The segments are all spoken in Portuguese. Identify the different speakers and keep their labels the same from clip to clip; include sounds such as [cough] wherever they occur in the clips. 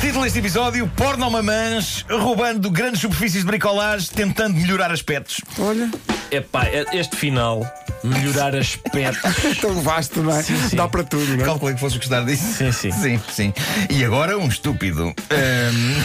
Speaker 1: Título deste episódio: Pornomamãs roubando grandes superfícies de bricolage, tentando melhorar aspectos.
Speaker 2: Olha,
Speaker 3: Epá, é, este final, melhorar aspectos.
Speaker 2: [laughs] é tão vasto, não é?
Speaker 3: sim.
Speaker 2: Dá para tudo, não é?
Speaker 1: Calculei que fosse gostar disso.
Speaker 3: Sim, sim.
Speaker 1: Sim, sim. E agora um estúpido. Ahm.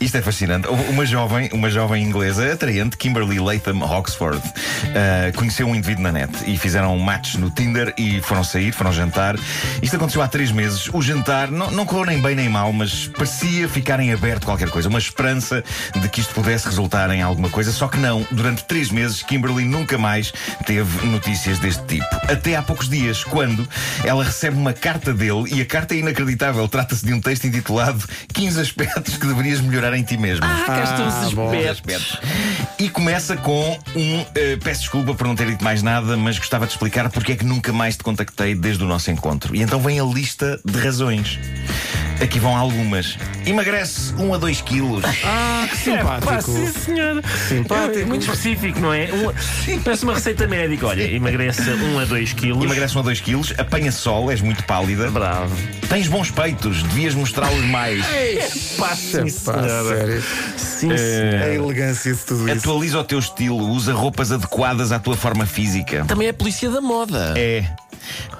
Speaker 1: Isto é fascinante. Houve Uma jovem, uma jovem inglesa atraente, Kimberly Latham Oxford, ah, conheceu um indivíduo na net e fizeram um match no Tinder e foram sair, foram jantar. Isto aconteceu há três meses. O jantar não, não correu nem bem nem mal, mas parecia ficar em aberto qualquer coisa. Uma esperança de que isto pudesse resultar em alguma coisa, só que não. Durante três meses, Kimberly nunca mais teve notícias deste tipo. Até há poucos dias, quando ela recebe uma carta dele e a carta é inacreditável. Trata-se de um texto intitulado 15 aspectos que deverias melhorar em ti mesmo.
Speaker 3: Ah, cá estão os
Speaker 2: bom.
Speaker 3: aspectos.
Speaker 1: E começa com um eh, peço desculpa por não ter dito mais nada, mas gostava de explicar porque é que nunca mais te contactei desde o nosso encontro. E então vem a lista de razões. Aqui vão algumas. Emagrece 1 a 2 quilos.
Speaker 2: Ah, que simpático.
Speaker 3: Pá, sim, senhora.
Speaker 2: Simpático.
Speaker 3: É muito específico, não é? Um- parece uma receita médica. Olha, emagrece 1 a 2 quilos.
Speaker 1: Emagrece 1 a 2 quilos. Apanha sol, és muito pálida.
Speaker 3: Bravo.
Speaker 1: Tens bons peitos, devias mostrá-los mais.
Speaker 3: É Pá, sim,
Speaker 2: Pá,
Speaker 3: senhora.
Speaker 2: sério.
Speaker 3: Sim,
Speaker 2: A
Speaker 3: senhora.
Speaker 2: elegância de tudo isso.
Speaker 1: Atualiza o teu estilo, usa roupas adequadas à tua forma física.
Speaker 3: Também é a polícia da moda.
Speaker 1: É.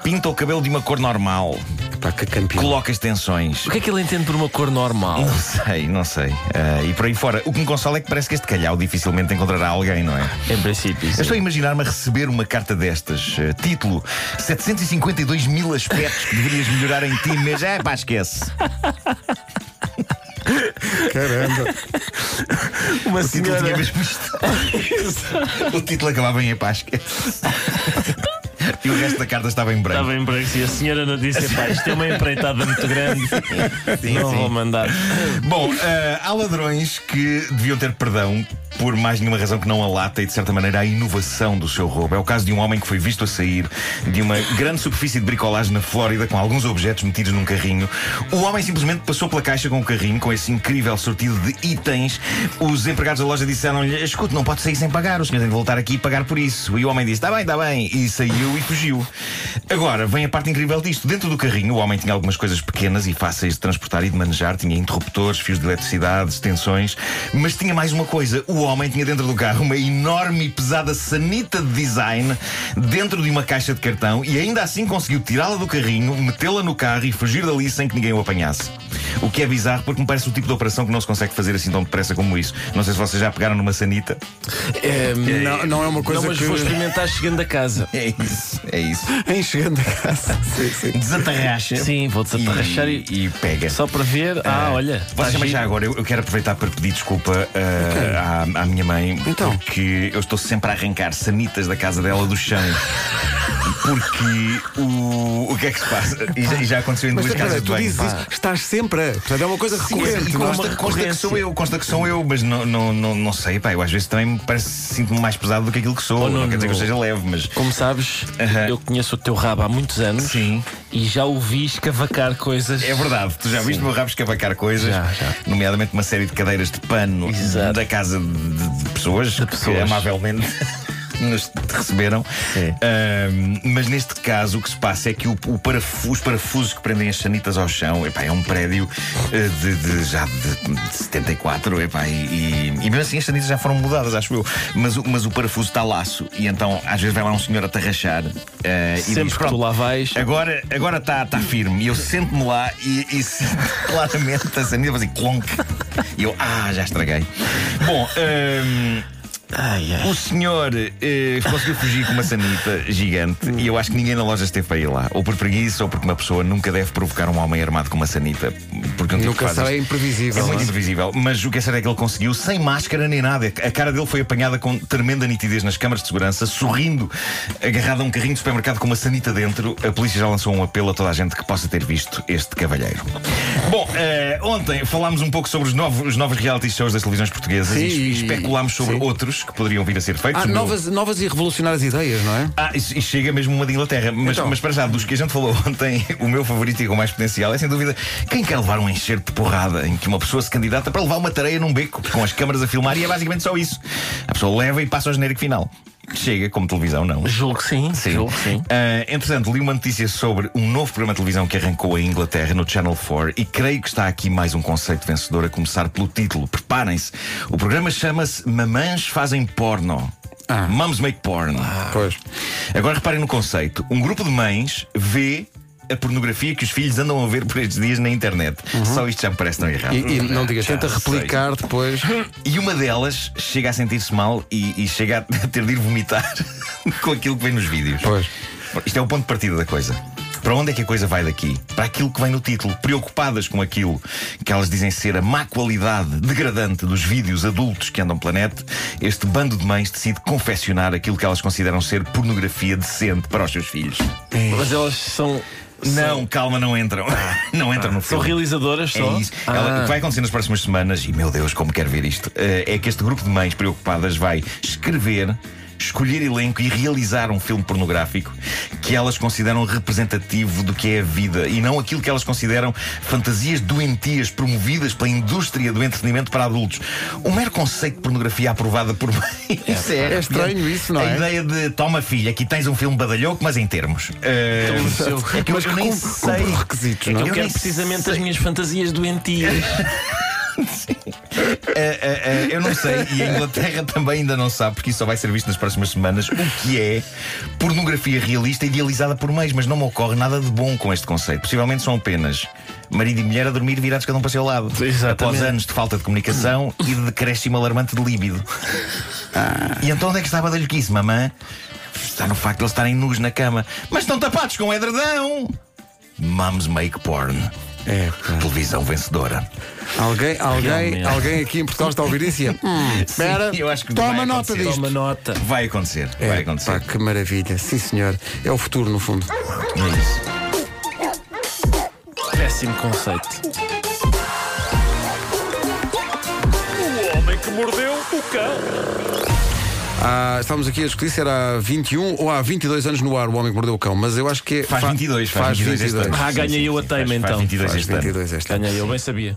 Speaker 1: Pinta o cabelo de uma cor normal.
Speaker 2: Pá, que campeão.
Speaker 1: Coloca extensões.
Speaker 3: O que é que ele entende por uma cor normal?
Speaker 1: Não sei, não sei. Ah, e por aí fora, o que me consola é que parece que este calhau dificilmente encontrará alguém, não é?
Speaker 3: Em princípio,
Speaker 1: Eu
Speaker 3: sim.
Speaker 1: estou a imaginar-me a receber uma carta destas. Ah, título: 752 mil aspectos que deverias melhorar em ti, mas é pá, esquece.
Speaker 2: Caramba.
Speaker 3: uma
Speaker 1: O título tinha mesmo isto. o título acabava em é pá, esquece. E o resto da carta estava em branco.
Speaker 3: Estava em branco e a senhora não disse: pá, isto é uma empreitada muito grande. não
Speaker 1: sim.
Speaker 3: vou mandar.
Speaker 1: Bom, ah, há ladrões que deviam ter perdão por mais nenhuma razão que não a lata e, de certa maneira, a inovação do seu roubo. É o caso de um homem que foi visto a sair de uma grande superfície de bricolagem na Flórida com alguns objetos metidos num carrinho. O homem simplesmente passou pela caixa com o carrinho, com esse incrível sortido de itens. Os empregados da loja disseram-lhe: Escute, não pode sair sem pagar, o senhor tem de voltar aqui e pagar por isso. E o homem disse: Está bem, está bem. E saiu e fugiu. Agora, vem a parte incrível disto. Dentro do carrinho, o homem tinha algumas coisas pequenas e fáceis de transportar e de manejar. Tinha interruptores, fios de eletricidade, extensões. Mas tinha mais uma coisa. O homem tinha dentro do carro uma enorme e pesada sanita de design dentro de uma caixa de cartão e ainda assim conseguiu tirá-la do carrinho, metê-la no carro e fugir dali sem que ninguém o apanhasse. O que é bizarro porque me parece o tipo de operação que não se consegue fazer assim tão depressa como isso. Não sei se vocês já pegaram numa sanita.
Speaker 2: Não, não é uma coisa
Speaker 3: não, mas
Speaker 2: que.
Speaker 3: vou
Speaker 2: [laughs]
Speaker 3: experimentar chegando a casa.
Speaker 1: É isso, é isso.
Speaker 2: Em chegando a casa. Sim, sim.
Speaker 1: Desatarracha.
Speaker 3: Sim, vou desatarrachar e-
Speaker 1: e pega.
Speaker 3: Só para ver. Ah, olha.
Speaker 1: Vocês
Speaker 3: tá
Speaker 1: também já
Speaker 3: giro.
Speaker 1: agora, eu, eu quero aproveitar para pedir desculpa uh, à, à minha mãe,
Speaker 2: Então.
Speaker 1: porque eu estou sempre a arrancar sanitas da casa dela do
Speaker 2: [laughs]
Speaker 1: chão. Porque o, o que é que se passa? E já, e já aconteceu em
Speaker 2: Mas
Speaker 1: duas
Speaker 2: espera,
Speaker 1: casas de
Speaker 2: tu
Speaker 1: banho.
Speaker 2: dizes isso, estás sempre a. Portanto, é uma coisa
Speaker 1: Sim, e
Speaker 2: recorrente. não é?
Speaker 1: consta,
Speaker 3: uma
Speaker 1: consta que sou
Speaker 3: recorrência.
Speaker 1: eu, consta que sou eu, mas não, não, não, não sei, pá, eu às vezes também me parece sinto-me mais pesado do que aquilo que sou.
Speaker 3: Oh,
Speaker 1: não,
Speaker 3: não,
Speaker 1: quer dizer que eu
Speaker 3: não.
Speaker 1: seja leve, mas.
Speaker 3: Como sabes,
Speaker 1: Aham.
Speaker 3: eu conheço o teu rabo há muitos anos
Speaker 1: Sim.
Speaker 3: e já ouvi escavacar coisas.
Speaker 1: É verdade, tu já viste o meu rabo escavacar coisas,
Speaker 3: Já, já.
Speaker 1: nomeadamente uma série de cadeiras de pano
Speaker 3: Exato.
Speaker 1: da casa de, de- de pessoas,
Speaker 3: pessoas.
Speaker 1: que
Speaker 3: [laughs]
Speaker 1: amavelmente nos receberam.
Speaker 3: Sim.
Speaker 1: Ahm, mas neste caso o que se passa é que o, o parafuso, os parafusos que prendem as sanitas ao chão epá, é um prédio eh, de, de- já de, de 74 epá, e, e, e mesmo assim as sanitas já foram mudadas, acho eu. Mas, o- mas o parafuso está laço e então às vezes vai lá um senhor a tarrachar eh, e diz,
Speaker 3: Sempre que tu
Speaker 1: "Pronto,
Speaker 3: lá vais.
Speaker 1: Agora está agora tá, tá firme. E eu sento-me lá e, e sinto [laughs] claramente a sanita fazer clonk. E eu, ah, já estraguei. Bom, hum,
Speaker 3: Ai, ai.
Speaker 1: o senhor eh, conseguiu fugir com uma sanita gigante e eu acho que ninguém na loja esteve para ir lá. Ou por preguiça ou porque uma pessoa nunca deve provocar um homem armado com uma sanita. Porque um tipo que
Speaker 2: Nunca
Speaker 1: faz
Speaker 2: será
Speaker 1: isto-
Speaker 2: imprevisível.
Speaker 1: é
Speaker 2: não
Speaker 1: muito
Speaker 2: é?
Speaker 1: imprevisível, mas o que é certo é que ele conseguiu sem máscara nem nada. A cara dele foi apanhada com tremenda nitidez nas câmaras de segurança, sorrindo, agarrado a um carrinho de supermercado com uma sanita dentro. A polícia já lançou um apelo a toda a gente que possa ter visto este cavalheiro. Bom, eh, ontem falámos um pouco sobre os novos, os novos reality shows das televisões portuguesas
Speaker 2: Sim,
Speaker 1: e, es- e
Speaker 2: e-
Speaker 1: especulámos sobre
Speaker 2: sim.
Speaker 1: outros que poderiam vir a ser feitos.
Speaker 2: Há
Speaker 1: O meu-
Speaker 2: novas, novas e revolucionárias ideias, não é?
Speaker 1: ah, e e chega mesmo uma de Inglaterra. Mas,
Speaker 2: Então.
Speaker 1: mas para já, dos que a gente falou [laughs] ontem, o meu favorito e com mais potencial é sem dúvida quem quer levar um enxerto de porrada em que uma pessoa se candidata para levar uma tareia num beco com as câmaras a filmar e é basicamente só isso. A pessoa leva e passa ao genérico final. Chega, como televisão, não.
Speaker 3: Julgo que sim.
Speaker 1: Sim.
Speaker 3: Julgo que sim.
Speaker 1: Ah, entretanto, li uma notícia sobre um novo programa de televisão que arrancou em Inglaterra no Channel 4 e creio que está aqui mais um conceito vencedor a começar pelo título. Preparem-se. O programa chama-se Mamãs Fazem Porno.
Speaker 2: Ah.
Speaker 1: Mums Make Porn.
Speaker 2: Pois.
Speaker 1: Agora reparem no conceito. Um grupo de mães vê a pornografia que os filhos andam a ver por estes dias na internet. Só isto já me parece não errado.
Speaker 2: Uhum. E, e não digas,
Speaker 1: Hum, é, Já
Speaker 2: tenta
Speaker 1: sei.
Speaker 2: replicar
Speaker 1: [laughs]
Speaker 2: depois.
Speaker 1: E uma delas chega a sentir-se mal e, e chega a [laughs] ter de ir vomitar com aquilo que vem nos vídeos.
Speaker 2: Pois.
Speaker 1: Isto é o ponto de partida da coisa. Para onde é que a coisa vai daqui? Para aquilo que vem no título, preocupadas com aquilo que elas dizem ser a má qualidade degradante dos vídeos adultos que andam pela net, este bando de mães decide confeccionar aquilo que elas consideram ser pornografia decente para os seus filhos.
Speaker 3: Mas elas são.
Speaker 1: Não, calma, não entram. [laughs] não entram no
Speaker 3: São
Speaker 1: filme.
Speaker 3: realizadoras só.
Speaker 1: É isso. Ela- o que vai acontecer nas próximas semanas, e meu Deus, como quero ver isto, eh, é que este grupo de mães preocupadas vai escrever, escolher elenco e realizar um filme pornográfico que elas consideram representativo do que é a vida e não aquilo que elas consideram fantasias doentias promovidas pela indústria do entretenimento para adultos. O mero conceito de pornografia aprovada por mães. Isso É,
Speaker 2: estranho isso, não
Speaker 1: a
Speaker 2: é?
Speaker 1: A ideia de toma filha, aqui tens um filme badalhoco, mas em termos. Eh, é que eu, eu nem
Speaker 2: cumpre-
Speaker 1: sei.
Speaker 2: cumpre requisitos,
Speaker 1: É que
Speaker 2: não
Speaker 3: Eu,
Speaker 2: é?
Speaker 1: eu
Speaker 3: quero
Speaker 1: nem
Speaker 3: precisamente
Speaker 1: sei. É
Speaker 3: as minhas fantasias doentias.
Speaker 1: Ah, ah, ah, eu não sei, e a Inglaterra [laughs] também ainda não sabe, porque isso só vai ser visto nas próximas semanas, o que é pornografia realista idealizada por meios, mas não me ocorre nada de bom com este conceito. Possivelmente são apenas marido e mulher a dormir virados cada um para o seu lado.
Speaker 3: Exatamente.
Speaker 1: Após anos de falta de comunicação e de decréscimo alarmante de líbido. E então onde é que estava a badalhoquice, mamã? Está no facto de eles estarem nus na cama, mas estão tapados com um edredão. Mums make porn.
Speaker 2: É,
Speaker 1: Televisão vencedora.
Speaker 2: Alguém, alguém,
Speaker 3: Realmente.
Speaker 2: alguém aqui em Portugal está a ouvir
Speaker 1: [laughs]
Speaker 2: isso e é, hum, espera,
Speaker 1: eu acho que vai
Speaker 2: toma nota
Speaker 1: acontecer.
Speaker 2: disto.
Speaker 3: Toma nota.
Speaker 1: Vai acontecer,
Speaker 2: É,
Speaker 1: vai acontecer.
Speaker 2: pá, que maravilha, sim senhor. É o futuro, no fundo.
Speaker 1: É isso.
Speaker 3: Péssimo conceito. O homem que mordeu o cão.
Speaker 2: Há, Ah, estávamos aqui a discutir se era há 21 ou há 22 anos no ar o Homem que Mordeu o Cão, mas eu acho que é.
Speaker 1: Faz
Speaker 2: fa-
Speaker 1: 22, faz 22 este ano.
Speaker 3: Ah, ganhei eu a
Speaker 1: Sim, sim, sim,
Speaker 3: teima,
Speaker 1: faz-
Speaker 3: então.
Speaker 1: Faz 22
Speaker 2: Faz
Speaker 1: este ano.
Speaker 2: 22 este ano.
Speaker 3: Ganhei, eu bem sabia.